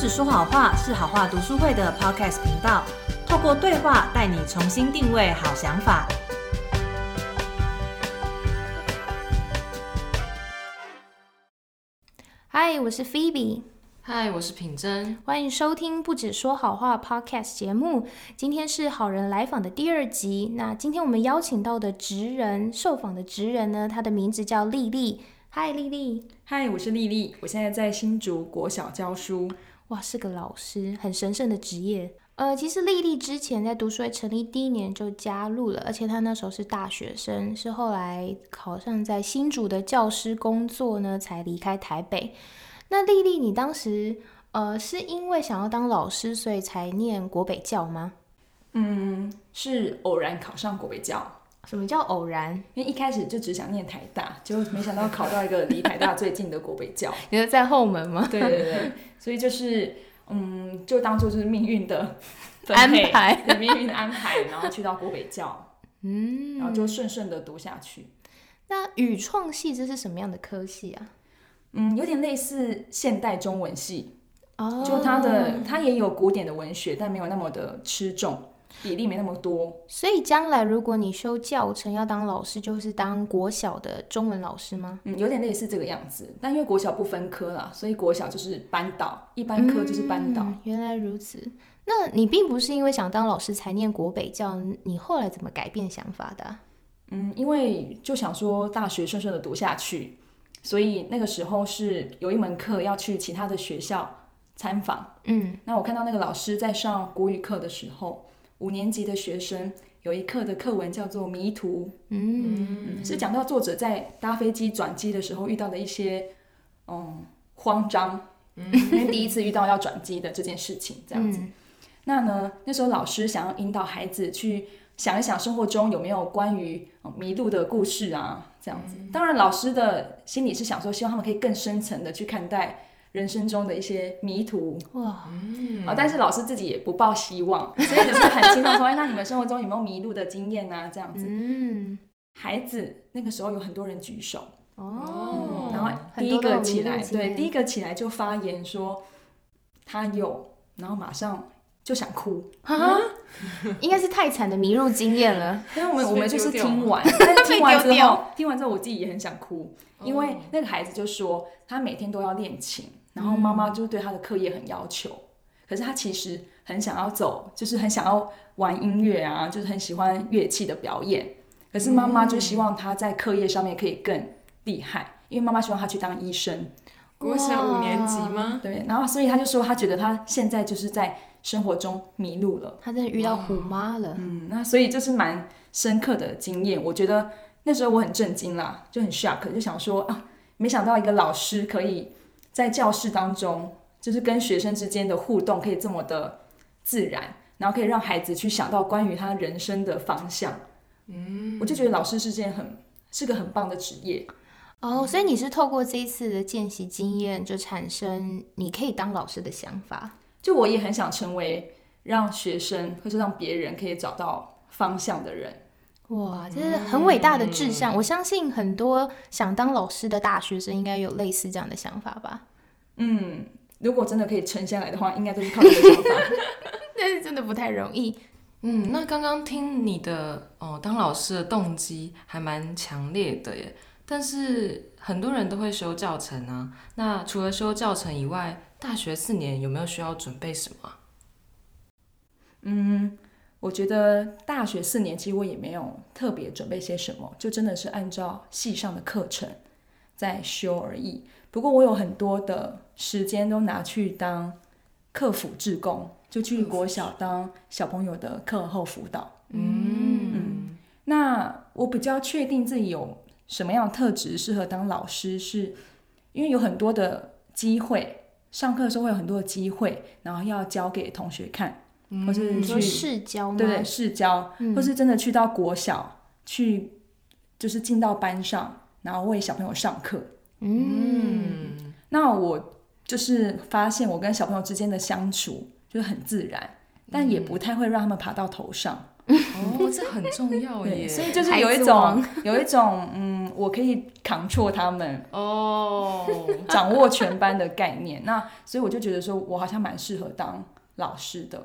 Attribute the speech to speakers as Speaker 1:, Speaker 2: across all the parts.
Speaker 1: 只说好话是好话读书会的 Podcast 频道，透过对话带你重新定位好想法。
Speaker 2: 嗨，我是 Phoebe，
Speaker 3: 嗨，我是品珍。
Speaker 2: 欢迎收听《不止说好话》Podcast 节目。今天是好人来访的第二集。那今天我们邀请到的职人，受访的职人呢，她的名字叫丽丽。嗨，丽丽，
Speaker 4: 嗨，我是丽丽，我现在在新竹国小教书。
Speaker 2: 哇，是个老师，很神圣的职业。呃，其实丽丽之前在读书会成立第一年就加入了，而且她那时候是大学生，是后来考上在新竹的教师工作呢，才离开台北。那丽丽，你当时呃是因为想要当老师，所以才念国北教吗？
Speaker 4: 嗯，是偶然考上国北教，
Speaker 2: 什么叫偶然？
Speaker 4: 因为一开始就只想念台大，结果没想到考到一个离台大最近的国北 教。
Speaker 2: 你是在后门吗？
Speaker 4: 对对对，所以就是嗯，就当做是命运的分
Speaker 2: 安
Speaker 4: 配
Speaker 2: 排，
Speaker 4: 对命运的安排，然后去到国北教，
Speaker 2: 嗯，
Speaker 4: 然后就顺顺的读下去。
Speaker 2: 那语创系这是什么样的科系啊？
Speaker 4: 嗯，有点类似现代中文系，
Speaker 2: 哦
Speaker 4: 就它的它也有古典的文学，但没有那么的吃重，比例没那么多。
Speaker 2: 所以将来如果你修教程要当老师，就是当国小的中文老师吗？
Speaker 4: 嗯，有点类似这个样子，但因为国小不分科啦，所以国小就是班导，一般科就是班导。
Speaker 2: 嗯原来如此。那你并不是因为想当老师才念国北教，你后来怎么改变想法的啊、
Speaker 4: 嗯因为就想说大学顺顺的读下去，所以那个时候是有一门课要去其他的学校参访。
Speaker 2: 嗯，
Speaker 4: 那我看到那个老师在上国语课的时候，五年级的学生有一课的课文叫做《迷途》，
Speaker 2: 嗯，
Speaker 4: 嗯、是讲到作者在搭飞机转机的时候遇到的一些嗯慌张，因为第一次遇到要转机的这件事情，这样子。那呢，那时候老师想要引导孩子去想一想生活中有没有关于呃迷路的故事啊，这样子。当然，老师的心里是想说，希望他们可以更深层的去看待人生中的一些迷途
Speaker 2: 哇，
Speaker 4: 啊、但是老师自己也不抱希望，所以只是很轻松说，哎，那你们生活中有没有迷路的经验啊？这样子。
Speaker 2: 嗯，
Speaker 4: 孩子那个时候有很多人举手，
Speaker 2: 哦，
Speaker 4: 然后
Speaker 2: 很
Speaker 4: 第一
Speaker 2: 多
Speaker 4: 个
Speaker 2: 都有
Speaker 4: 起
Speaker 2: 迷路
Speaker 4: 来，
Speaker 2: 经
Speaker 4: 对，
Speaker 2: 验
Speaker 4: 第一个起来就发言说他有，然后马上就想哭，
Speaker 2: 啊， 应该是太惨的迷路经验了。
Speaker 4: 因为我们
Speaker 3: 是
Speaker 4: 我
Speaker 3: 被
Speaker 4: 们就
Speaker 3: 丢
Speaker 4: 是
Speaker 3: 掉
Speaker 4: 听
Speaker 3: 吗
Speaker 4: 完，但是
Speaker 2: 被
Speaker 4: 听完
Speaker 2: 丢
Speaker 4: 之后
Speaker 2: 掉，
Speaker 4: 听完之后我自己也很想哭，
Speaker 3: 哦
Speaker 4: 因为那个孩子就说他每天都要练琴，然后妈妈就对他的课业很要求，可是他其实很想要走，就是很想要玩音乐啊，就是很喜欢乐器的表演，可是妈妈就希望他在课业上面可以更厉害，因为妈妈希望他去当医生。
Speaker 3: 国小五年级吗？
Speaker 4: 对，然后所以他就说，他觉得他现在就是在生活中迷路了。
Speaker 2: 他真的遇到虎妈了，
Speaker 4: 嗯，那所以这是蛮深刻的经验。我觉得那时候我很震惊啦，就很 shock，就想说啊，没想到一个老师可以在教室当中，就是跟学生之间的互动可以这么的自然，然后可以让孩子去想到关于他人生的方向。嗯，我就觉得老师是件很是个很棒的职业。
Speaker 2: 哦，所以你是透过这一次的见习经验，就产生你可以当老师的想法。
Speaker 4: 就我也很想成为让学生或是让别人可以找到方向的人。
Speaker 2: 哇，这是很伟大的志向。我相信很多想当老师的大学生应该有类似这样的想法吧？
Speaker 4: 嗯，如果真的可以撑下来的话，应该都是靠这个想法。
Speaker 2: 但是真的不太容易。
Speaker 3: 嗯，那刚刚听你的哦，当老师的动机还蛮强烈的耶。但是很多人都会修教程啊，那除了修教程以外，大学四年有没有需要准备什么啊？
Speaker 4: 嗯我觉得大学四年其实我也没有特别准备些什么，就真的是按照系上的课程在修而已。不过我有很多的时间都拿去当客服志工，就去国小当小朋友的课后辅导。
Speaker 3: 嗯，
Speaker 4: 那我比较确定自己有什么样的特质适合当老师是，因为有很多的机会，上课的时候会有很多的机会，然后要教给同学看，或是
Speaker 2: 嗯你说
Speaker 4: 去
Speaker 2: 市交吗？
Speaker 4: 对对试教，
Speaker 2: 嗯
Speaker 4: 或是真的去到国小去，就是进到班上，然后为小朋友上课。
Speaker 2: 嗯，
Speaker 4: 那我就是发现我跟小朋友之间的相处就是很自然，但也不太会让他们爬到头上。
Speaker 3: 哦，这很重要
Speaker 4: 对，
Speaker 3: 耶。
Speaker 4: 所以就
Speaker 2: 嗯
Speaker 4: 是
Speaker 2: 孩
Speaker 4: 有一
Speaker 2: 子
Speaker 4: 种
Speaker 2: 王
Speaker 4: 有一种嗯，我可以 control 他 们，
Speaker 3: 哦，
Speaker 4: 掌握全班的概念。那所以我就觉得说，我好像蛮适合当老师的。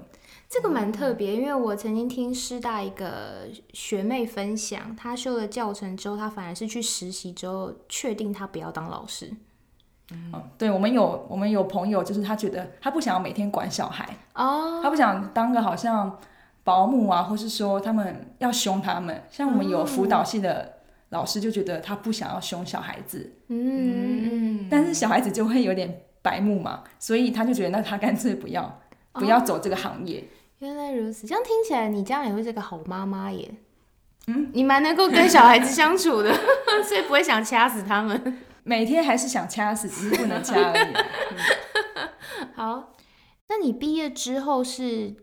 Speaker 2: 这个蛮特别，因为我曾经听师大一个学妹分享，她修了教程之后，她反而是去实习之后，确定她不要当老师。
Speaker 4: 嗯，对我们有我们有朋友，就是他觉得他不想要每天管小孩，
Speaker 2: 哦，
Speaker 4: 他不想当个好像保姆啊，或是说他们要凶他们。像我们有辅导系的老师就觉得他不想要凶小孩子，
Speaker 2: 嗯嗯
Speaker 3: 嗯
Speaker 4: 但是小孩子就会有点白目嘛，所以他就觉得那他干脆不要不要走这个行业。
Speaker 2: 原来如此，这样听起来你将来也会是个好妈妈耶。嗯，你蛮能够跟小孩子相处的， 所以不会想掐死他们。
Speaker 4: 每天还是想掐死，只是不能掐而已。
Speaker 2: 好，那你毕业之后是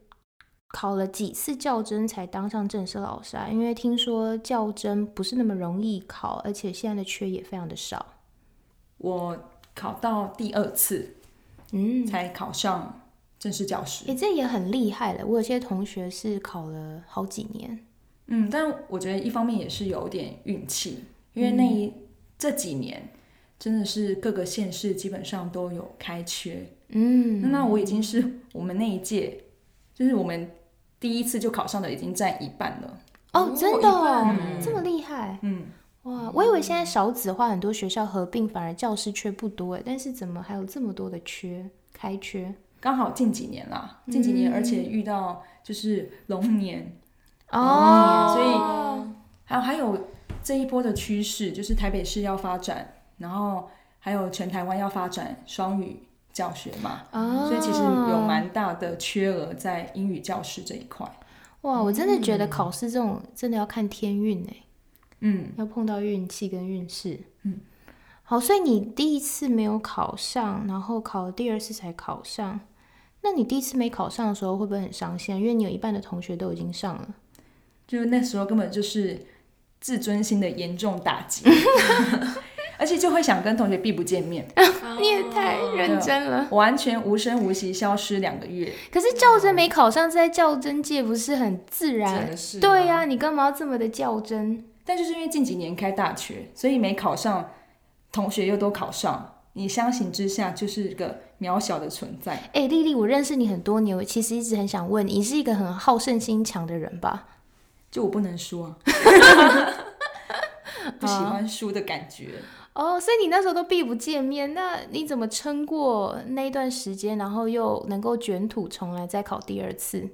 Speaker 2: 考了几次教甄才当上正式老师啊？因为听说教甄不是那么容易考，而且现在的缺也非常的少。
Speaker 4: 我考到第二次
Speaker 2: 嗯，
Speaker 4: 才考上正式教师
Speaker 2: 诶，，这也很厉害了。我有些同学是考了好几年，
Speaker 4: 嗯，但我觉得一方面也是有点运气，因为那一、这几年真的是各个县市基本上都有开缺，
Speaker 2: 嗯，
Speaker 4: 那我已经是我们那一届，就是我们第一次就考上的已经占一半了，
Speaker 2: 哦，真的、
Speaker 3: 一
Speaker 2: 哦
Speaker 3: 半嗯
Speaker 2: 这么厉害，
Speaker 4: 嗯，
Speaker 2: 哇！我以为现在少子化，很多学校合并，反而教师缺不多哎，但是怎么还有这么多的缺开缺？
Speaker 4: 刚好近几年啦，近几年而且遇到就是龙年，
Speaker 2: 哦，
Speaker 4: 所以还有还有这一波的趋势，就是台北市要发展，然后还有全台湾要发展双语教学嘛，
Speaker 2: 哦，
Speaker 4: 所以其实有蛮大的缺额在英语教师这一块。
Speaker 2: 哇！我真的觉得考试这种真的要看天运哎，
Speaker 4: 嗯，
Speaker 2: 要碰到运气跟运势。嗯，好，所以你第一次没有考上，然后考了第二次才考上。那你第一次没考上的时候，会不会很伤心啊？因为你有一半的同学都已经上了。
Speaker 4: 就是那时候根本就是自尊心的严重打击， 而且就会想跟同学避不见面，
Speaker 2: 你也太认真了。
Speaker 4: 完全无声无息消失两个月。
Speaker 2: 可是较真没考上，在较真界不是很自
Speaker 3: 真
Speaker 2: 然
Speaker 3: 的？是
Speaker 2: 对呀、你干嘛要这么的较真？
Speaker 4: 但就是因为近几年开大学，所以没考上，同学又都考上，你相形之下就是个渺小的存在。
Speaker 2: 哎、丽丽，我认识你很多年，我其实一直很想问你，你是一个很好胜心强的人吧？
Speaker 4: 就我不能输啊， 不喜欢输的感觉。
Speaker 2: 哦，所以你那时候都避不见面，那你怎么撑过那一段时间，然后又能够卷土重来，再考第二次？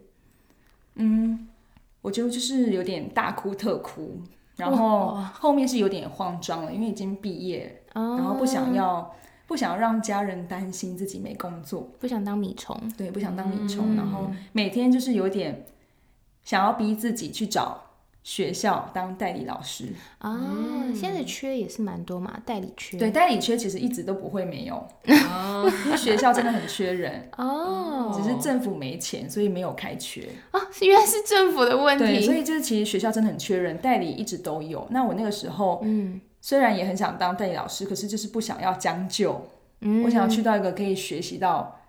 Speaker 4: 我觉得就是有点大哭特哭，然后后面是有点慌张了，因为已经毕业，
Speaker 2: 哦
Speaker 4: 然后不想要不想要让家人担心自己没工作，
Speaker 2: 不想当米虫，
Speaker 4: 对，不想当米
Speaker 2: 嗯
Speaker 4: 虫，然后每天就是有点想要逼自己去找学校当代理老师。
Speaker 2: 啊、现在的缺也是蛮多嘛，代理缺。
Speaker 4: 对，代理缺其实一直都不会没有，
Speaker 3: 啊，
Speaker 4: 因为学校真的很缺人，
Speaker 2: 哦
Speaker 4: 只是政府没钱，所以没有开缺。
Speaker 2: 啊，是原来是政府的问
Speaker 4: 对，所
Speaker 2: 题。
Speaker 4: 以就是其实学校真的很缺人，代理一直都有。那我那个时候
Speaker 2: 嗯
Speaker 4: 虽然也很想当代理老师，可是就是不想要将就，
Speaker 2: 嗯，
Speaker 4: 我想要去到一个可以学习到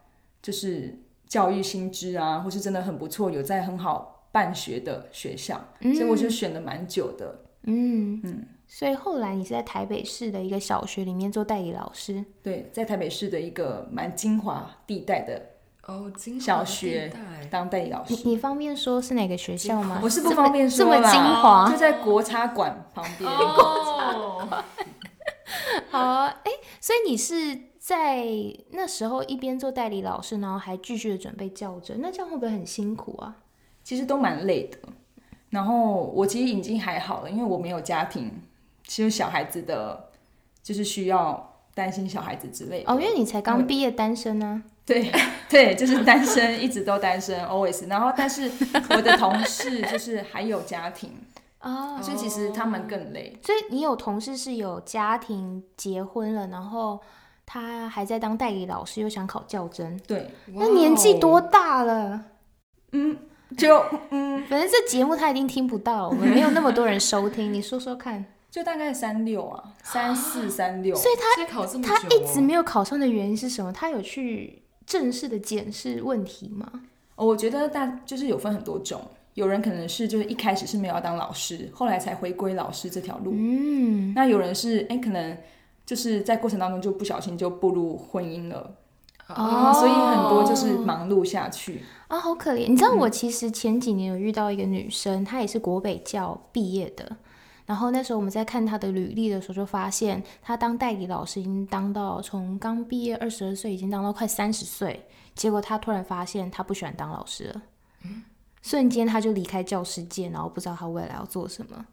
Speaker 4: 就是教育薪资啊，或是真的很不错，有在很好办学的学校，所以我就选了蛮久的。
Speaker 2: 嗯嗯，所以后来你是在台北市的一个小学里面做代理老师。
Speaker 4: 对，在台北市的一个蛮精华地带的
Speaker 3: 哦，精华
Speaker 4: 小学
Speaker 3: 地带
Speaker 4: 当代理老
Speaker 2: 你
Speaker 4: 师，
Speaker 2: 你方便说是哪个学校吗？
Speaker 4: 我是不方便说
Speaker 2: 这么
Speaker 4: 啦哦
Speaker 2: 精华，
Speaker 4: 就在国差馆旁边。
Speaker 3: 哦，
Speaker 2: 好啊，哎、所以你是在那时候一边做代理老师，然后还继续的准备教甄，那这样会不会很辛苦啊？
Speaker 4: 其实都蛮累的。然后我其实已经还好了，因为我没有家庭，其实小孩子的，就是需要担心小孩子之类的。
Speaker 2: 哦，因为你才刚毕业单身啊呢、
Speaker 4: 对 对，就是单身，一直都单身，always。然 后，但是我的同事就是还有家 庭，
Speaker 2: 啊。哦，
Speaker 4: 所以其实他们更累。
Speaker 2: 所以你有同事是有家庭结婚了，然后他还在当代理老师，又想考教甄，
Speaker 4: 对，
Speaker 2: 那年纪多
Speaker 3: 哦
Speaker 2: 大了？
Speaker 4: 嗯，就
Speaker 2: 反正这节目他一定听不到，我们没有那么多人收听，你说说看。
Speaker 4: 就大概三六啊，三四三六。
Speaker 2: 哦所以
Speaker 3: 他考这么久
Speaker 2: 他
Speaker 3: 哦，
Speaker 2: 一直没有考上的原因是什么？他有去正式的检视问题吗？
Speaker 4: 哦我觉得大就是有分很多种，有人可能是就是一开始是没有要当老师，后来才回归老师这条路。
Speaker 2: 嗯，
Speaker 4: 那有人是哎，可能就是在过程当中就不小心就步入婚姻了，
Speaker 2: 哦
Speaker 4: 啊所以很多就是忙碌下去。
Speaker 2: 啊，好可怜！你知道我其实前几年有遇到一个女生，她也是国北教毕业的。然后那时候我们在看她的履历的时候，就发现她当代理老师已经当到从刚毕业二十二岁，已经当到快三十岁。结果她突然发现她不喜欢当老师了，瞬间她就离开教师界，然后不知道她未来要做什么，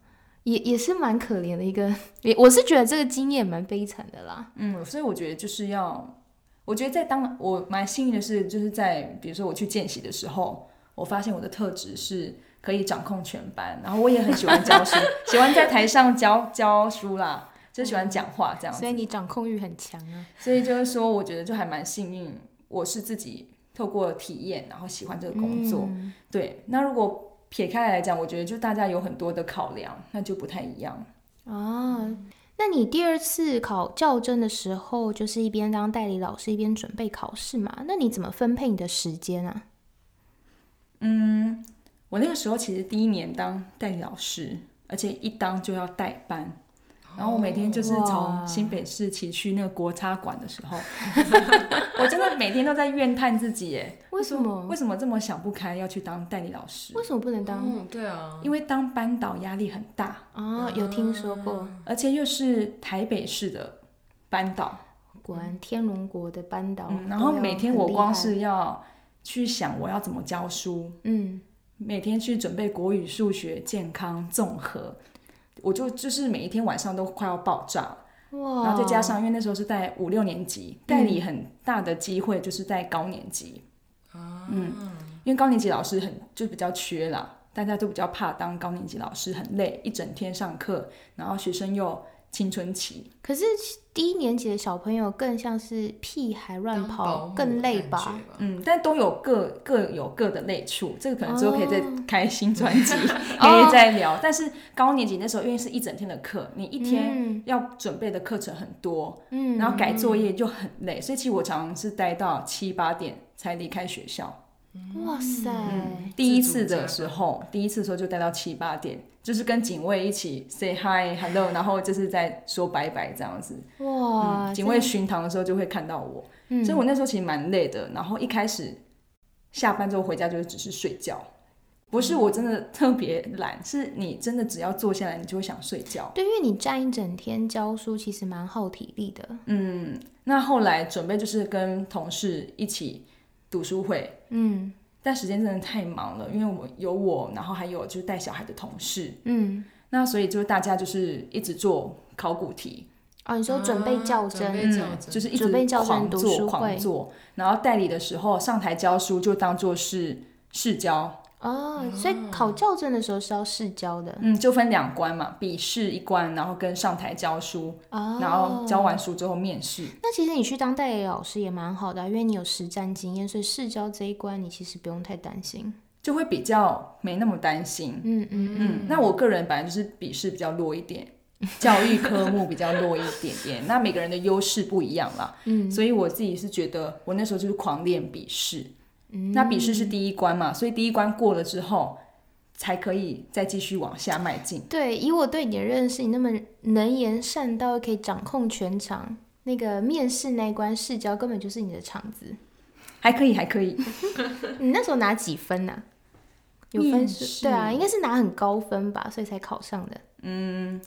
Speaker 2: 也也是蛮可怜的一个。 也我是觉得这个经验蛮悲惨的啦。
Speaker 4: 嗯，所以我觉得就是要，我觉得在当我蛮幸运的是，就是在比如说我去见习的时候，我发现我的特质是可以掌控全班，然后我也很喜欢教书， 喜欢在台上教教书啦，就喜欢讲话这样子。
Speaker 2: 所以你掌控欲很强啊。
Speaker 4: 所以就是说，我觉得就还蛮幸运，我是自己透过体验，然后喜欢这个工作。对，那如果撇开来讲，我觉得就大家有很多的考量，那就不太一样。
Speaker 2: 哦，那你第二次考教证的时候，就是一边当代理老师，一边准备考试嘛？那你怎么分配你的时间啊？
Speaker 4: 我那个时候其实第一年当代理老师，而且一当就要代班。然后我每天就是
Speaker 2: 哇
Speaker 4: 从新北市骑去那个国差馆的时候，我真的每天都在怨叹自己耶，
Speaker 2: 为什么
Speaker 4: 为？什么这么想不开要去当代理老师？
Speaker 2: 为什么不能
Speaker 4: 哦
Speaker 2: 当？
Speaker 3: 嗯，对啊，
Speaker 4: 因为当班导压力很大，
Speaker 2: 啊、有听说过，
Speaker 4: 而且又是台北市的班导，
Speaker 2: 果然天龙国的班导都要很厉害、
Speaker 4: 嗯，然后每天我光是要去想我要怎么教书，
Speaker 2: 嗯，
Speaker 4: 每天去准备国语、数学、健康、综合，我就就是每一天晚上都快要爆炸。
Speaker 2: 哇，
Speaker 4: 然后再加上，因为那时候是带五六年级，代理很大的机会就是带高年级，嗯，因为高年级老师很就比较缺啦，大家都比较怕当高年级老师，很累，一整天上课，然后学生又青春期，
Speaker 2: 可是低年级的小朋友更像是屁孩乱
Speaker 3: 当保
Speaker 2: 跑，
Speaker 3: 姆
Speaker 2: 更
Speaker 3: 的
Speaker 2: 累
Speaker 3: 感
Speaker 2: 吧？
Speaker 3: 觉
Speaker 4: 嗯，但都有各各有各的累处，这个可能之后可以再
Speaker 2: 哦
Speaker 4: 开 新专辑，可以再聊。但是高年级那时候因为是一整天的课，你一天
Speaker 2: 嗯
Speaker 4: 要准备的课程很多，
Speaker 2: 嗯，
Speaker 4: 然后改作业就很累，所以其实我常常是待到七八点才离开学校。
Speaker 2: 哇塞，
Speaker 4: 第一
Speaker 3: 自主
Speaker 4: 次的
Speaker 3: 加
Speaker 4: 时候，第一次的时候就待到七八点，就是跟警卫一起 say hi hello，然后就是在说拜拜这样子。
Speaker 2: 哇，
Speaker 4: 嗯，警卫
Speaker 2: 真
Speaker 4: 巡堂的时候就会看到我。
Speaker 2: 啊嗯
Speaker 4: 所以我那时候其实蛮累的。然后一开始下班之后回家就是只是睡觉，不是我真的特别懒，是你真的只要坐下来，你就会想睡觉。
Speaker 2: 对，因为你站一整天教书，其实蛮耗体力的。
Speaker 4: 嗯，那后来准备就是跟同事一起读书会，
Speaker 2: 嗯
Speaker 4: 但时间真的太忙了，因为我有我，然后还有就是带小孩的同事，
Speaker 2: 嗯，
Speaker 4: 那所以就是大家就是一直做考古题，
Speaker 2: 哦，你
Speaker 4: 啊
Speaker 2: 说准备较真，
Speaker 3: 准备较
Speaker 4: 嗯
Speaker 3: 真
Speaker 4: 就是一直
Speaker 2: 准备教
Speaker 4: 狂
Speaker 2: 程读
Speaker 4: 做
Speaker 2: 书会
Speaker 4: 狂做，然后代理的时候上台教书就当做是试教，
Speaker 2: 哦，所以考较真的时候是要试教的
Speaker 4: 嗯，就分两关嘛，笔试一关，然后跟上台教书，
Speaker 2: 哦。
Speaker 4: 然后教完书之后面试。
Speaker 2: 那其实你去当代理老师也蛮好的啊、因为你有实战经验，所以试教这一关你其实不用太担心。
Speaker 4: 就会比较没那么担心，
Speaker 2: 嗯嗯，
Speaker 4: 嗯，那我个人本来就是笔试比较弱一点，教育科目比较弱一点点，那每个人的优势不一样啦，嗯，所以我自己是觉得我那时候就是狂练笔试，那笔试是第一关嘛，所以第一关过了之后，才可以再继续往下迈进，
Speaker 2: 对，以我对你的认识，你那么能言善道，又可以掌控全场，那个面试那一关试教根本就是你的场子。
Speaker 4: 还可以，还可以，
Speaker 2: 你那时候拿几分呐、有分
Speaker 4: 面
Speaker 2: 数？
Speaker 4: 试
Speaker 2: 对啊，应该是拿很高分吧，所以才考上的。
Speaker 4: 嗯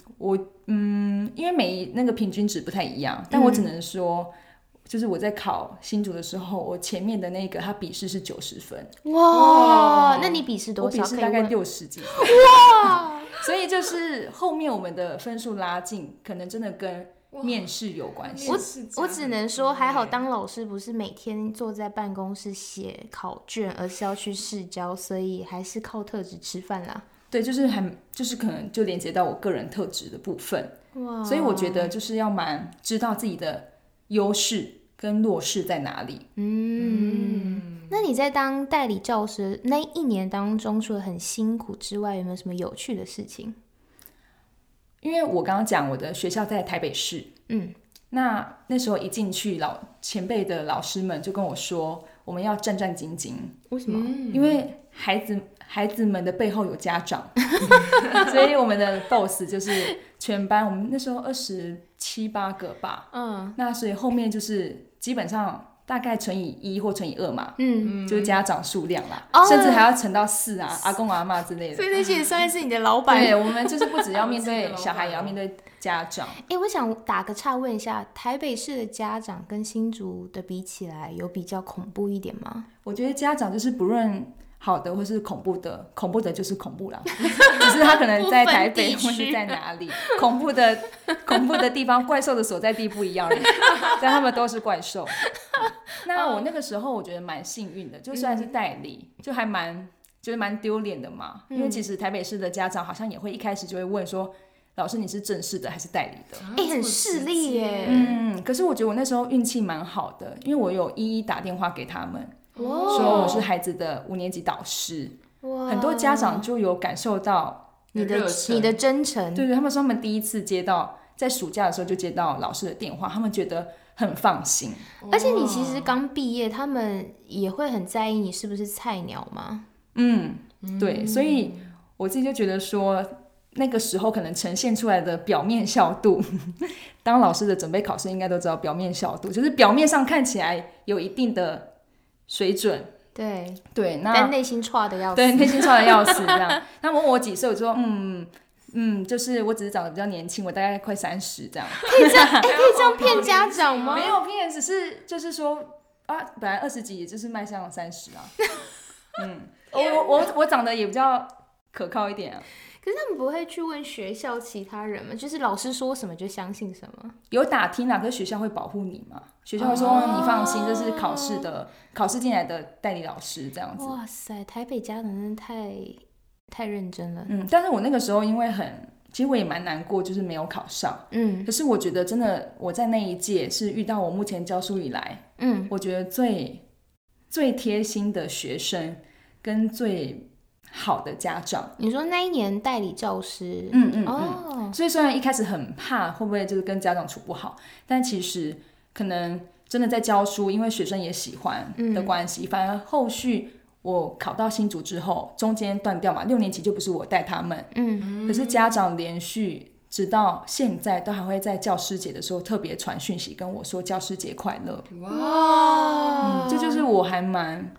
Speaker 4: 因为每一那个平均值不太一样，但我只能说，就是我在考新竹的时候，我前面的那个他笔试是九十分，
Speaker 2: 哇，哦那你笔试
Speaker 4: 我
Speaker 2: 多
Speaker 4: 笔
Speaker 2: 少？
Speaker 4: 试
Speaker 2: 可以
Speaker 4: 大概
Speaker 2: 问？
Speaker 4: 六十几分，所以就是后面我们的分数拉近，可能真的跟面试有关系。
Speaker 2: 我
Speaker 3: 是
Speaker 2: 我只能说，
Speaker 3: 真的
Speaker 2: 还好
Speaker 3: 耶
Speaker 2: 当老师不是每天坐在办公室写考卷，而是要去市郊，所以还是靠特质吃饭啦。
Speaker 4: 对，就是很就是可能就连接到我个人特质的部分，
Speaker 2: 哇，
Speaker 4: 所以我觉得就是要蛮知道自己的优势跟弱势在哪里。
Speaker 2: 嗯，那你在当代理教师那一年当中，除了很辛苦之外，有没有什么有趣的事情？
Speaker 4: 因为我刚刚讲我的学校在台北市，
Speaker 2: 嗯，
Speaker 4: 那那时候一进去，老前辈的老师们就跟我说，我们要战战兢兢，
Speaker 2: 为什么？嗯
Speaker 4: 因为孩子孩子们的背后有家长， 所以我们的 boss 就是全班，我们那时候二十七八个吧，
Speaker 2: 嗯
Speaker 4: 那所以后面就是基本上大概乘以一或乘以二嘛，
Speaker 2: 嗯，
Speaker 4: 就是家长数量啦，
Speaker 2: 哦
Speaker 4: 甚至还要乘到四啊，阿公阿妈之类的
Speaker 2: 所。以那些也算是你的老板。
Speaker 4: 对，
Speaker 2: 哎、
Speaker 4: 我们就是不只要面
Speaker 3: 我记得
Speaker 4: 对
Speaker 3: 老
Speaker 4: 小孩，
Speaker 3: 板
Speaker 4: 也要面对家长。
Speaker 2: 哎我想打个岔问一下，台北市的家长跟新竹的比起来，有比较恐怖一点吗？
Speaker 4: 我觉得家长就是不论好的或是恐怖的，恐怖的就是恐怖 啦，只是他可能在台北
Speaker 2: 不分地
Speaker 4: 或
Speaker 2: 区
Speaker 4: 是在哪里，恐怖的恐怖的地方，怪兽的所在地不一样 而已，但他们都是怪兽。那我那个时候我觉得蛮幸运的，就算是代理，就还蛮觉得蛮丢脸的嘛，因为其实台北市的家长好像也会一开始就会问说，老师你是正式的还是代理的？
Speaker 3: 啊
Speaker 2: 哎、很势利耶。
Speaker 4: 嗯，可是我觉得我那时候运气蛮好的，因为我有一一打电话给他们，
Speaker 2: 哦
Speaker 4: 说我是孩子的五年级导师，
Speaker 2: 哇
Speaker 4: 很多家长就有感受到，
Speaker 2: 你的
Speaker 3: 热忱
Speaker 2: 你的真诚，
Speaker 4: 对对，他们说他们第一次接到在暑假的时候就接到老师的电话，他们觉得很放心。
Speaker 2: 而且你其
Speaker 4: 哦
Speaker 2: 实刚毕业，他们也会很在意你是不是菜鸟嘛。
Speaker 4: 嗯，对，所以我自己就觉得说，那个时候可能呈现出来的表面效度， 当老师的准备考试应该都知道，表面效度就是表面上看起来有一定的水准，
Speaker 2: 对，
Speaker 4: 对，那
Speaker 2: 但内心差的要死。
Speaker 4: 对，内心差的要死这 样。他问我几岁，我就说嗯嗯，就是我只是长得比较年轻，我大概快三十这样。
Speaker 2: 哎，可以这样骗家长吗
Speaker 4: 没？有骗，只是就是说啊，本来二十几，也就是迈向三十 啊。嗯，我我我我长得也比较可靠一点啊。
Speaker 2: 可是他们不会去问学校其他人吗？就是老师说什么就相信什么。
Speaker 4: 有打听哪个学校会保护你嘛？学校会说、
Speaker 2: 哦
Speaker 4: 你放心，这是考试的考试进来的代理老师这样子。
Speaker 2: 哇塞，台北家长真的太太认真了。
Speaker 4: 嗯，但是我那个时候因为很，其实我也蛮难过，就是没有考上。
Speaker 2: 嗯
Speaker 4: 可是我觉得真的，我在那一届是遇到我目前教书以来，
Speaker 2: 嗯，
Speaker 4: 我觉得最最贴心的学生跟最好的家长。
Speaker 2: 你说那一年代理教师，
Speaker 4: 嗯嗯嗯。
Speaker 2: 哦，
Speaker 4: 所以虽然一开始很怕会不会就是跟家长处不好，但其实可能真的在教书，因为学生也喜欢的关系，反而后续。我考到新竹之后，中间断掉嘛，六年级就不是我带他们，
Speaker 2: 嗯，
Speaker 4: 可是家长连续直到现在都还会在教师节的时候特别传讯息跟我说教师节快乐，嗯
Speaker 2: 哇，
Speaker 4: 这就是我还蛮，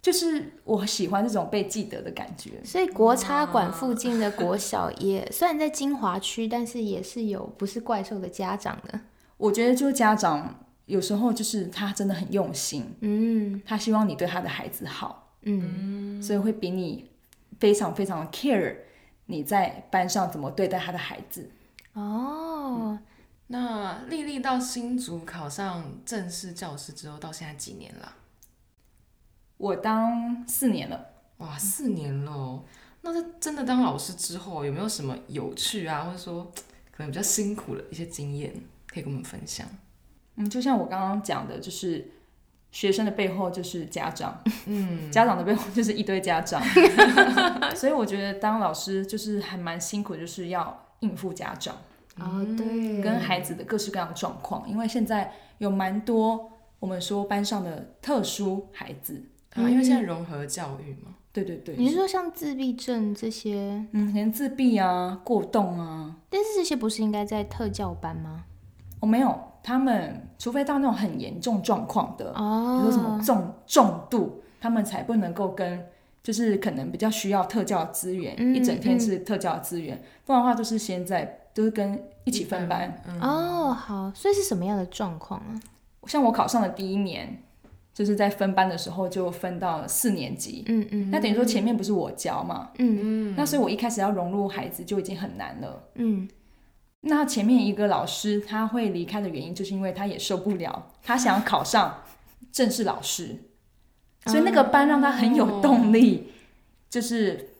Speaker 4: 就是我喜欢这种被记得的感觉。
Speaker 2: 所以国差馆附近的国小也虽然在金华区，但是也是有不是怪兽的家长的。
Speaker 4: 我觉得就是家长有时候就是他真的很用心，
Speaker 2: 嗯
Speaker 4: 他希望你对他的孩子好，
Speaker 2: 嗯，
Speaker 4: 所以会比你非常非常 care 你在班上怎么对待他的孩子。
Speaker 2: 哦，
Speaker 3: 那丽丽到新竹考上正式教师之后，到现在几年了？
Speaker 4: 我当四年了。
Speaker 3: 哇，四年了哦。那在真的当老师之后，有没有什么有趣啊，或者说可能比较辛苦的一些经验，可以跟我们分享？
Speaker 4: 嗯，就像我刚刚讲的，就是学生的背后就是家长，嗯，家长的背后就是一堆家长，所以我觉得当老师就是还蛮辛苦，就是要应付家长
Speaker 2: 哦对，
Speaker 4: 跟孩子的各式各样的状况，因为现在有蛮多我们说班上的特殊孩子，
Speaker 3: 啊，因为现在融合教育嘛，
Speaker 4: 对对对，
Speaker 2: 你是说像自闭症这些，
Speaker 4: 嗯，可能自闭啊、过动啊，
Speaker 2: 但是这些不是应该在特教班吗？
Speaker 4: 哦没有，他们除非到那种很严重状况的，比如说什么
Speaker 2: 哦，
Speaker 4: 重重度，他们才不能够跟，就是可能比较需要特教资源，
Speaker 2: 嗯
Speaker 4: 一整天是特教资源，不然的话就是现在都是跟一起分班。
Speaker 2: 哦，好，所以是什么样的状况啊？
Speaker 4: 像我考上的第一年，就是在分班的时候就分到四年级，
Speaker 2: 嗯嗯
Speaker 4: 那等于说前面不是我教嘛，
Speaker 2: 嗯
Speaker 4: 那所以我一开始要融入孩子就已经很难了。
Speaker 2: 嗯，
Speaker 4: 那前面一个老师他会离开的原因，就是因为他也受不了，他想要考上正式老师，所以那个班让他很有动力，就是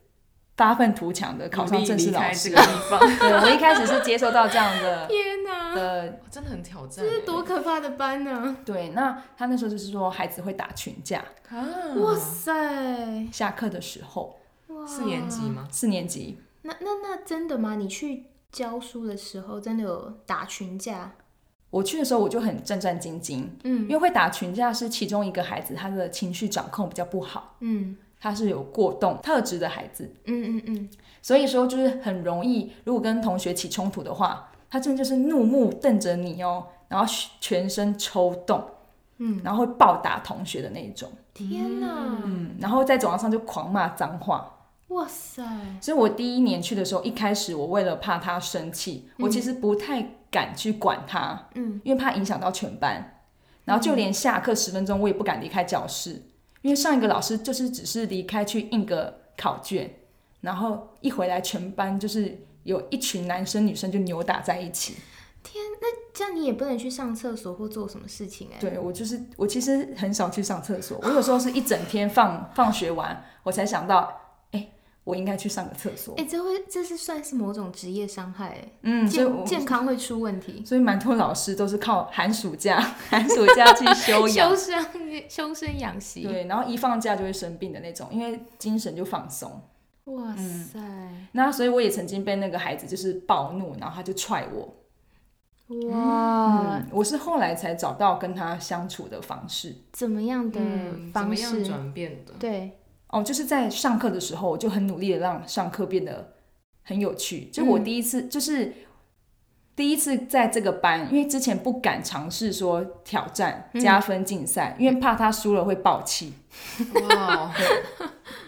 Speaker 4: 发愤图强的考上
Speaker 3: 努力
Speaker 4: 正式
Speaker 3: 离
Speaker 4: 老
Speaker 3: 开这
Speaker 4: 师
Speaker 3: 个。地方，
Speaker 4: 对，我一开始是接受到这样的
Speaker 2: 天哪，
Speaker 4: 的，
Speaker 3: 哇 真的很挑战
Speaker 2: 这
Speaker 3: 欸。
Speaker 2: 是多可怕的班啊呢！
Speaker 4: 对，那他那时候就是说孩子会打群架，
Speaker 3: 啊！
Speaker 2: 哇塞，
Speaker 4: 下课的时候，
Speaker 2: 哇，
Speaker 3: 四年级吗？
Speaker 4: 四年级
Speaker 2: 那那那真的吗？你去教书的时候，真的有打群架？
Speaker 4: 我去的时候我就很战战兢兢，
Speaker 2: 嗯
Speaker 4: 因为会打群架是其中一个孩子他的情绪掌控比较不好。
Speaker 2: 嗯
Speaker 4: 他是有过动特质的孩子，
Speaker 2: 嗯嗯嗯，
Speaker 4: 所以说就是很容易，如果跟同学起冲突的话，他真的就是怒目瞪着你哦，然后全身抽动，嗯，然后会暴打同学的那一种，
Speaker 2: 天哪，
Speaker 4: 嗯，然后在走廊上就狂骂脏话。
Speaker 2: 哇塞，
Speaker 4: 所以我第一年去的时候，一开始我为了怕他生气，我其实不太敢去管他，
Speaker 2: 嗯，
Speaker 4: 因为怕影响到全班。然后就连下课十分钟，我也不敢离开教室，因为上一个老师就是只是离开去印个考卷，然后一回来全班就是有一群男生女生就扭打在一起。
Speaker 2: 这样你也不能去上厕所或做什么事情哎、
Speaker 4: 对我就是我其实很少去上厕所，我有时候是一整天放放学完我才想到，哎，我应该去上个厕所。
Speaker 2: 哎、这会这是算是某种职业伤害哎、
Speaker 4: 嗯，所以
Speaker 2: 健
Speaker 4: 我
Speaker 2: 健康会出问题，
Speaker 4: 所以蛮多老师都是靠寒暑假 寒暑假去 休养
Speaker 2: 修，身修身养息。
Speaker 4: 对，然后一放假就会生病的那种，因为精神就放松。
Speaker 2: 哇塞，
Speaker 4: 那所以我也曾经被那个孩子就是暴怒，然后他就踹我。
Speaker 2: 哇，
Speaker 4: 嗯，我是后来才找到跟他相处的方式。
Speaker 2: 怎么样的
Speaker 3: 嗯，怎
Speaker 2: 方
Speaker 3: 么样
Speaker 2: 式？
Speaker 3: 转变 的？
Speaker 2: 对，
Speaker 4: 哦，就是在上课的时候，我就很努力的让上课变得很有趣。就我
Speaker 2: 嗯
Speaker 4: 第一次，就是第一次在这个班，因为之前不敢尝试说挑战
Speaker 2: 嗯
Speaker 4: 加分竞赛，因为怕他输了会爆气。
Speaker 3: 哇，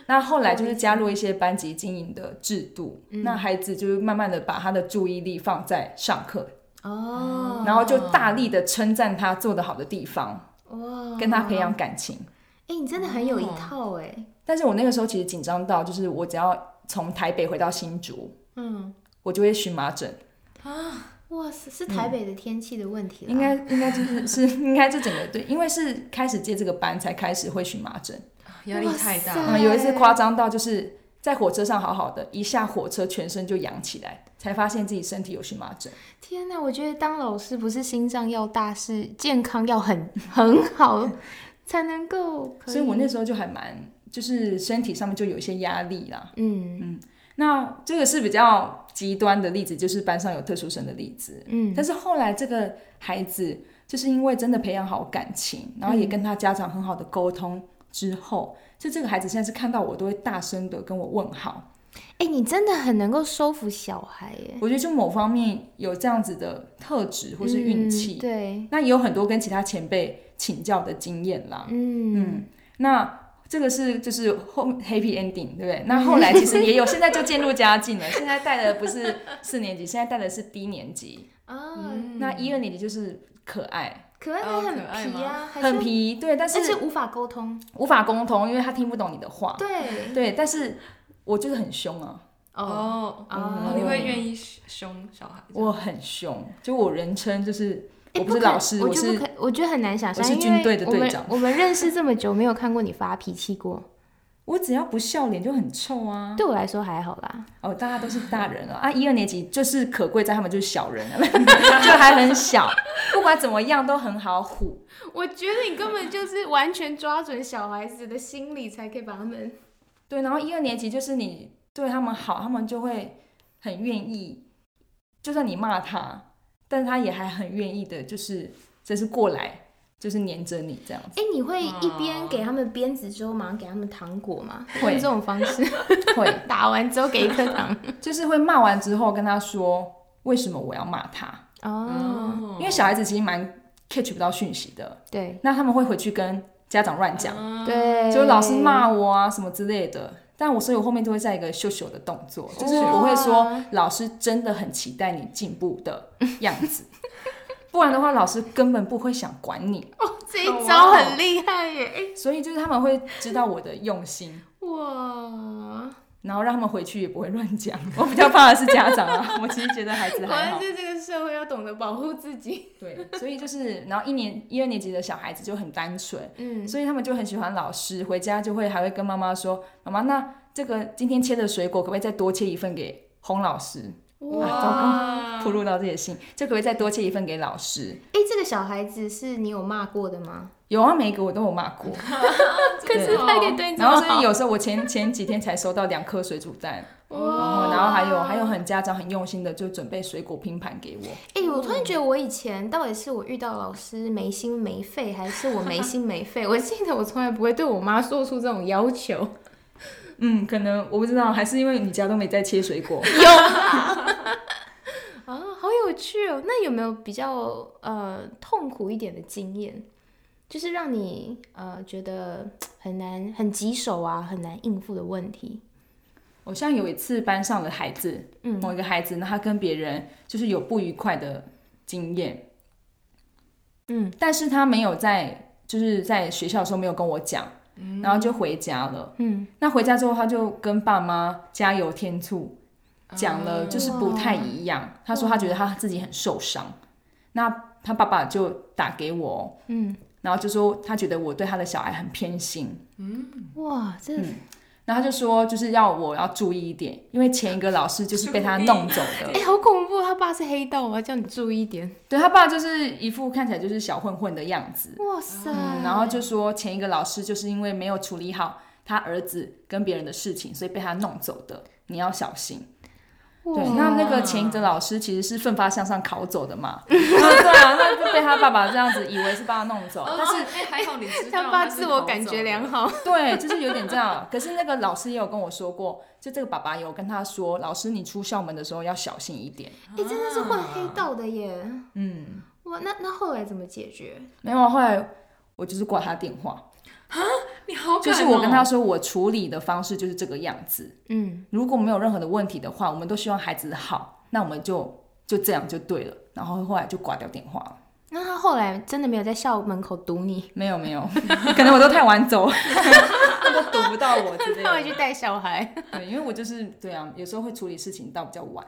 Speaker 4: 那后来就是加入一些班级经营的制度，
Speaker 2: 嗯
Speaker 4: 那孩子就是慢慢的把他的注意力放在上课，
Speaker 2: 哦，
Speaker 4: 然后就大力的称赞他做得好的地方，
Speaker 2: 哇，
Speaker 4: 跟他培养感情。
Speaker 2: 哎、你真的很有一
Speaker 3: 哦
Speaker 2: 套哎、
Speaker 4: 但是我那个时候其实紧张到，就是我只要从台北回到新竹，
Speaker 2: 嗯，
Speaker 4: 我就会荨麻疹，
Speaker 2: 哇塞，是台北的天气的问题啦。
Speaker 4: 应该应该就是 是应该这整个对，因为是开始接这个班才开始会荨麻疹。
Speaker 3: 压力太大
Speaker 2: 哇
Speaker 3: 了
Speaker 2: 塞
Speaker 4: 嗯，有一次夸张到就是在火车上好好的，一下火车全身就痒起来，才发现自己身体有荨麻疹。
Speaker 2: 天哪，我觉得当老师不是心脏要大，是健康要很 很好，才能够可以。
Speaker 4: 所以我那时候就还蛮就是身体上面就有一些压力啦。
Speaker 2: 嗯
Speaker 4: 那这个是比较极端的例子，就是班上有特殊生的例子。
Speaker 2: 嗯
Speaker 4: 但是后来这个孩子就是因为真的培养好感情，
Speaker 2: 嗯
Speaker 4: 然后也跟他家长很好的沟通之后，就这个孩子现在是看到我都会大声的跟我问好。
Speaker 2: 哎、你真的很能够收服小孩耶，
Speaker 4: 我觉得就某方面有这样子的特质或是运气
Speaker 2: 嗯，对，
Speaker 4: 那也有很多跟其他前辈请教的经验啦。
Speaker 2: 嗯，
Speaker 4: 那这个是就是后 happy ending，对不对？那后来其实也 有，现在就渐入佳境了。现在带的不是四年级，现在带的是低年级。
Speaker 2: 啊、
Speaker 3: 嗯
Speaker 4: 那一二年级就是可爱，
Speaker 2: 可爱
Speaker 3: 哦
Speaker 2: 还很
Speaker 3: 可爱
Speaker 2: 皮
Speaker 3: 吗
Speaker 2: 啊，还是
Speaker 4: 很皮，对，
Speaker 2: 但
Speaker 4: 但
Speaker 2: 是
Speaker 4: 是
Speaker 2: 无法沟通。
Speaker 4: 无法沟通，因为他听不懂你的话。
Speaker 2: 对，
Speaker 4: 对，但是我就是很凶啊，
Speaker 2: 哦，
Speaker 3: 哦
Speaker 2: 哦
Speaker 3: 哦，你会愿意凶小孩？
Speaker 4: 我很凶，就我人称就是
Speaker 2: 哎
Speaker 4: 我
Speaker 2: 不
Speaker 4: 不是
Speaker 2: 可
Speaker 4: 老师，
Speaker 2: 我
Speaker 4: 我
Speaker 2: 就不
Speaker 4: 是
Speaker 2: 可，我觉得很难想象，
Speaker 4: 我是
Speaker 2: 因
Speaker 4: 军
Speaker 2: 为
Speaker 4: 队的
Speaker 2: 我
Speaker 4: 队
Speaker 2: 们
Speaker 4: 长
Speaker 2: 我们认识这么久，没有看过你发脾气 过，
Speaker 4: 我只要不笑脸就很臭啊。
Speaker 2: 对我来说还好啦。
Speaker 4: 哦，大家都是大人了啊！一二年级就是可贵在他们就是小人了， 就还很小，不管怎么样都很好唬。
Speaker 2: 我觉得你根本就是完全抓准小孩子的心理，才可以把他们
Speaker 4: 对，然后一二年级就是你对他们好，他们就会很愿意，就算你骂他，但是他也还很愿意的，就是就是过来，就是黏着你这样子。
Speaker 2: 哎、你会一边给他们鞭子之后，马上给他们糖果吗？
Speaker 4: 会
Speaker 2: 用这种方式，
Speaker 4: 会
Speaker 2: 打完之后给一颗糖。
Speaker 4: 就是会骂完之后跟他说为什么我要骂他，
Speaker 2: 哦，
Speaker 3: 哦
Speaker 4: 因为小孩子其实蛮 catch 不到讯息的，
Speaker 2: 对
Speaker 4: 那他们会回去跟家长乱讲，
Speaker 2: 对，
Speaker 4: 就是老师骂我啊什么之类的。但我所以我后面都会在一个秀秀的动作，就是我会说
Speaker 2: 哇
Speaker 4: 老师真的很期待你进步的样子， 不然的话老师根本不会想管你。
Speaker 2: 哦，这一招很厉害耶！
Speaker 4: 所以就是他们会知道我的用心，
Speaker 2: 哇，
Speaker 4: 然后让他们回去也不会乱讲。我比较怕的是家长啊，我其实觉得孩子
Speaker 2: 果
Speaker 4: 还
Speaker 2: 然
Speaker 4: 好。
Speaker 2: 是这个社会要懂得保护自己。
Speaker 4: 对，所以就是然后一年一二年级的小孩子就很单纯，
Speaker 2: 嗯，
Speaker 4: 所以他们就很喜欢老师，回家就会还会跟妈妈说：“妈妈，那这个今天切的水果可不可以再多切一份给洪老师？”
Speaker 2: 哇，
Speaker 4: 啊糟
Speaker 2: 嗯
Speaker 4: 糕，铺路到这些信，就可不可以再多切一份给老师？
Speaker 2: 哎、这个小孩子是你有骂过的吗？
Speaker 4: 有啊，每一个我都有骂 过，
Speaker 2: 可是他可以对你这
Speaker 4: 然
Speaker 2: 么
Speaker 4: 后所以
Speaker 2: 好，
Speaker 4: 有时候我前前几天才收到两颗水煮蛋，
Speaker 2: 哇
Speaker 4: 然后还有还有很家长很用心的就准备水果拼盘给我，
Speaker 2: 哎、我突然觉得我以前到底是我遇到老师没心没肺，还是我没心没肺？我记得我从来不会对我妈说出这种要求。
Speaker 4: 嗯，可能我不知道，还是因为你家都没在切水果。
Speaker 2: 啊，好有趣哦！那有没有比较呃痛苦一点的经验，就是让你呃觉得很难、很棘手啊、很难应付的问题？
Speaker 4: 我像有一次班上的孩子，嗯，某一个孩子呢，他跟别人就是有不愉快的经验，
Speaker 2: 嗯，
Speaker 4: 但是他没有在就是在学校的时候没有跟我讲，然后就回家了。
Speaker 2: 嗯，
Speaker 4: 那回家之后，他就跟爸妈加油添醋，
Speaker 2: 啊
Speaker 4: 讲了就是不太一样。他说他觉得他自己很受伤，那他爸爸就打给我，
Speaker 2: 嗯，
Speaker 4: 然后就说他觉得我对他的小孩很偏心，嗯
Speaker 2: 哇，这、
Speaker 4: 然后他就说就是要我要注意一点，因为前一个老师就是被他弄走的
Speaker 2: 哎、。好恐怖！他爸是黑道，我要叫你注意一点。
Speaker 4: 对他爸就是一副看起来就是小混混的样子，
Speaker 2: 哇塞，
Speaker 4: 嗯，然后就说前一个老师就是因为没有处理好他儿子跟别人的事情，所以被他弄走的，你要小心。对，那那个前一个老师其实是奋发向上考走 的嘛，对啊，那就被他爸爸这样子以为是把他弄走，但
Speaker 3: 但
Speaker 4: 是
Speaker 3: 是哎，还好你知道
Speaker 2: 他爸自我感觉良好，
Speaker 4: 对，就是有点这样。可是那个老师也有跟我说过，就这个爸爸有跟他说，老师你出校门的时候要小心一点。
Speaker 2: 哎、真的是混黑道的耶！
Speaker 4: 嗯，
Speaker 2: 哇，那那后来怎么解决？
Speaker 4: 没有，啊后来我就是挂他电话，
Speaker 3: 啊你好敢哦，
Speaker 4: 就是我跟他说我处理的方式就是这个样子，
Speaker 2: 嗯，
Speaker 4: 如果没有任何的问题的话，我们都希望孩子好，那我们就就这样就对了。然后后来就挂掉电话了。
Speaker 2: 那他后来真的没有在校门口堵你，
Speaker 4: 没有没 有，可能我都太晚走，都堵不到我 之类
Speaker 2: 他回
Speaker 4: 的。
Speaker 2: 去带小孩。
Speaker 4: 对，因为我就是对啊，有时候会处理事情到比较晚。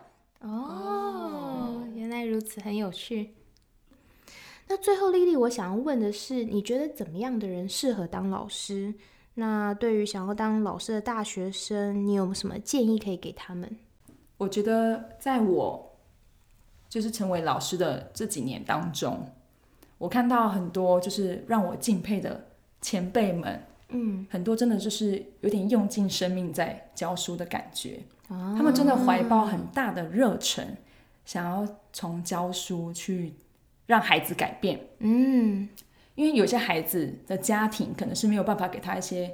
Speaker 2: 哦，原来如此，很有趣。那最后，丽丽，我想要问的是，你觉得怎么样的人适合当老师？那对于想要当老师的大学生，你有什么建议可以给他们？
Speaker 4: 我觉得在我就是成为老师的这几年当中，我看到很多就是让我敬佩的前辈们，
Speaker 2: 嗯，
Speaker 4: 很多真的就是有点用尽生命在教书的感觉。
Speaker 2: 啊
Speaker 4: 他们真的怀抱很大的热忱，想要从教书去让孩子改变。
Speaker 2: 嗯
Speaker 4: 因为有些孩子的家庭可能是没有办法给他一些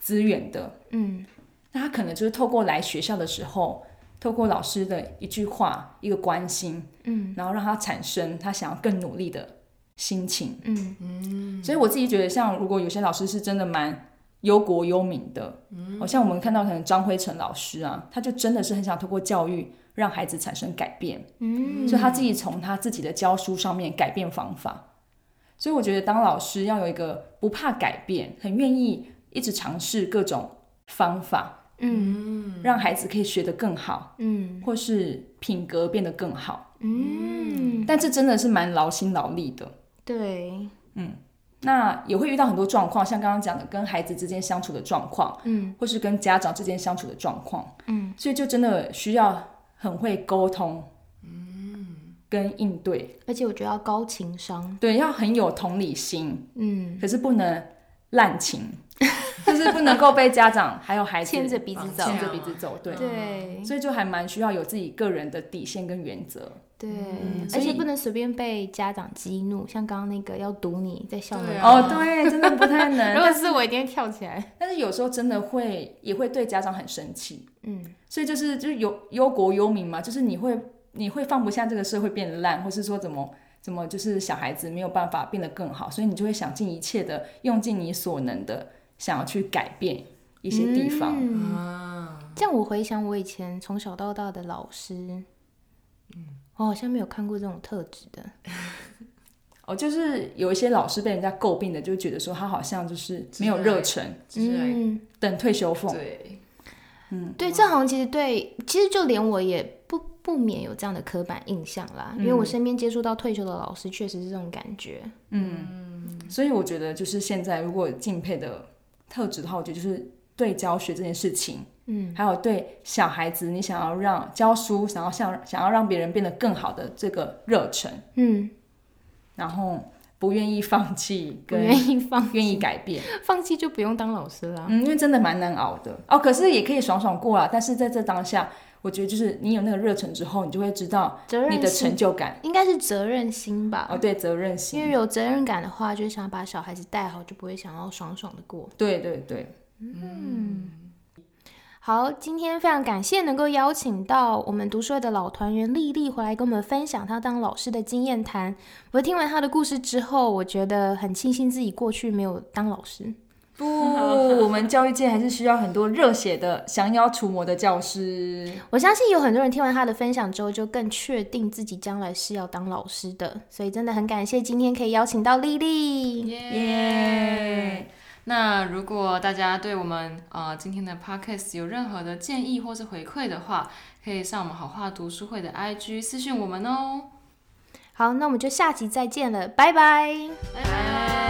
Speaker 4: 资源的，
Speaker 2: 嗯
Speaker 4: 那他可能就是透过来学校的时候，透过老师的一句话、一个关心，
Speaker 2: 嗯
Speaker 4: 然后让他产生他想要更努力的心情。
Speaker 2: 嗯
Speaker 4: 所以我自己觉得，像如果有些老师是真的蛮忧国忧民的，嗯，好像我们看到可能张辉成老师啊，他就真的是很想透过教育让孩子产生改变，
Speaker 2: 嗯，
Speaker 4: 所以他自己从他自己的教书上面改变方法。所以我觉得当老师要有一个不怕改变，很愿意一直尝试各种方法，
Speaker 2: 嗯
Speaker 4: 让孩子可以学得更好，
Speaker 2: 嗯
Speaker 4: 或是品格变得更好。
Speaker 2: 嗯，
Speaker 4: 但这真的是蛮劳心劳力的。
Speaker 2: 对，
Speaker 4: 那也会遇到很多状况，像刚刚讲的跟孩子之间相处的状况，
Speaker 2: 嗯
Speaker 4: 或是跟家长之间相处的状况，
Speaker 2: 嗯，
Speaker 4: 所以就真的需要很会沟通，嗯，跟应对，
Speaker 2: 而且我觉得要高情商，
Speaker 4: 对，要很有同理心，
Speaker 2: 嗯，
Speaker 4: 可是不能滥情， 就是不能够被家长还有孩子
Speaker 2: 牵着鼻子走，
Speaker 4: 牵着鼻子走，对，
Speaker 2: 对
Speaker 4: 所以就还蛮需要有自己个人的底线跟原则，
Speaker 2: 对，
Speaker 4: 嗯所
Speaker 2: 而且
Speaker 4: 以
Speaker 2: 不能随便被家长激怒，像刚刚那个要堵你在校门
Speaker 3: 对
Speaker 2: 口。
Speaker 3: 啊
Speaker 4: 哦，对，真的不太
Speaker 2: 如
Speaker 4: 能，
Speaker 2: 果是我，一定会跳起来。
Speaker 4: 但是有时候真的会也会对家长很生气，
Speaker 2: 嗯，
Speaker 4: 所以就是就是忧忧国忧民嘛，就是你会你会放不下这个社会变烂，或是说怎么怎么就是小孩子没有办法变得更好，所以你就会想尽一切的用尽你所能的想要去改变一些地方。
Speaker 2: 嗯
Speaker 3: 啊，
Speaker 2: 这样我回想我以前从小到大的老师，嗯，
Speaker 4: 嗯
Speaker 2: 我好像没有看过这种特质的。
Speaker 4: 哦，就是有一些老师被人家诟病的，就觉得说他好像就是没有热忱，
Speaker 3: 就是来
Speaker 2: 嗯，
Speaker 4: 等退休俸。
Speaker 3: 对，
Speaker 2: 对，这好像其实对，其实就连我也不不免有这样的刻板印象啦，因为
Speaker 4: 嗯
Speaker 2: 我身边接触到退休的老师，确实是这种感觉。
Speaker 4: 嗯
Speaker 2: 嗯
Speaker 4: 所以我觉得就是现在如果敬佩的特质的话，我觉得就是对教学这件事情。
Speaker 2: 嗯
Speaker 4: 还有对小孩子，你想要让教书，想要想想要让别人变得更好的这个热忱，
Speaker 2: 嗯，
Speaker 4: 然后不愿意放弃，
Speaker 2: 不
Speaker 4: 跟
Speaker 2: 愿意放
Speaker 4: 愿意改变，
Speaker 2: 放弃就不用当老师啦。
Speaker 4: 嗯，因为真的蛮难熬的哦。可是也可以爽爽过啊啦。但是在这当下，我觉得就是你有那个热忱之后，你就会知道
Speaker 2: 责任
Speaker 4: 你的
Speaker 2: 心
Speaker 4: 成就感
Speaker 2: 应该是责任心吧。
Speaker 4: 哦，对，责任心，
Speaker 2: 因为有责任感的话，就是想把小孩子带好，就不会想要爽爽的过。
Speaker 4: 对对对，
Speaker 2: 好，今天非常感谢能够邀请到我们读书会的老团员丽丽回来跟我们分享她当老师的经验谈。我听完她的故事之后，我觉得很庆幸自己过去没有当老师。
Speaker 4: 不，我们教育界还是需要很多热血的、降妖除魔的教师。
Speaker 2: 我相信有很多人听完他的分享之后，就更确定自己将来是要当老师的，所以真的很感谢今天可以邀请到丽丽。
Speaker 3: 耶！那如果大家对我们呃今天的 podcast 有任何的建议或是回馈的话，可以上我们好话读书会的 IG 私讯我们哦。
Speaker 2: 好，那我们就下集再见了，拜拜。
Speaker 3: 拜拜。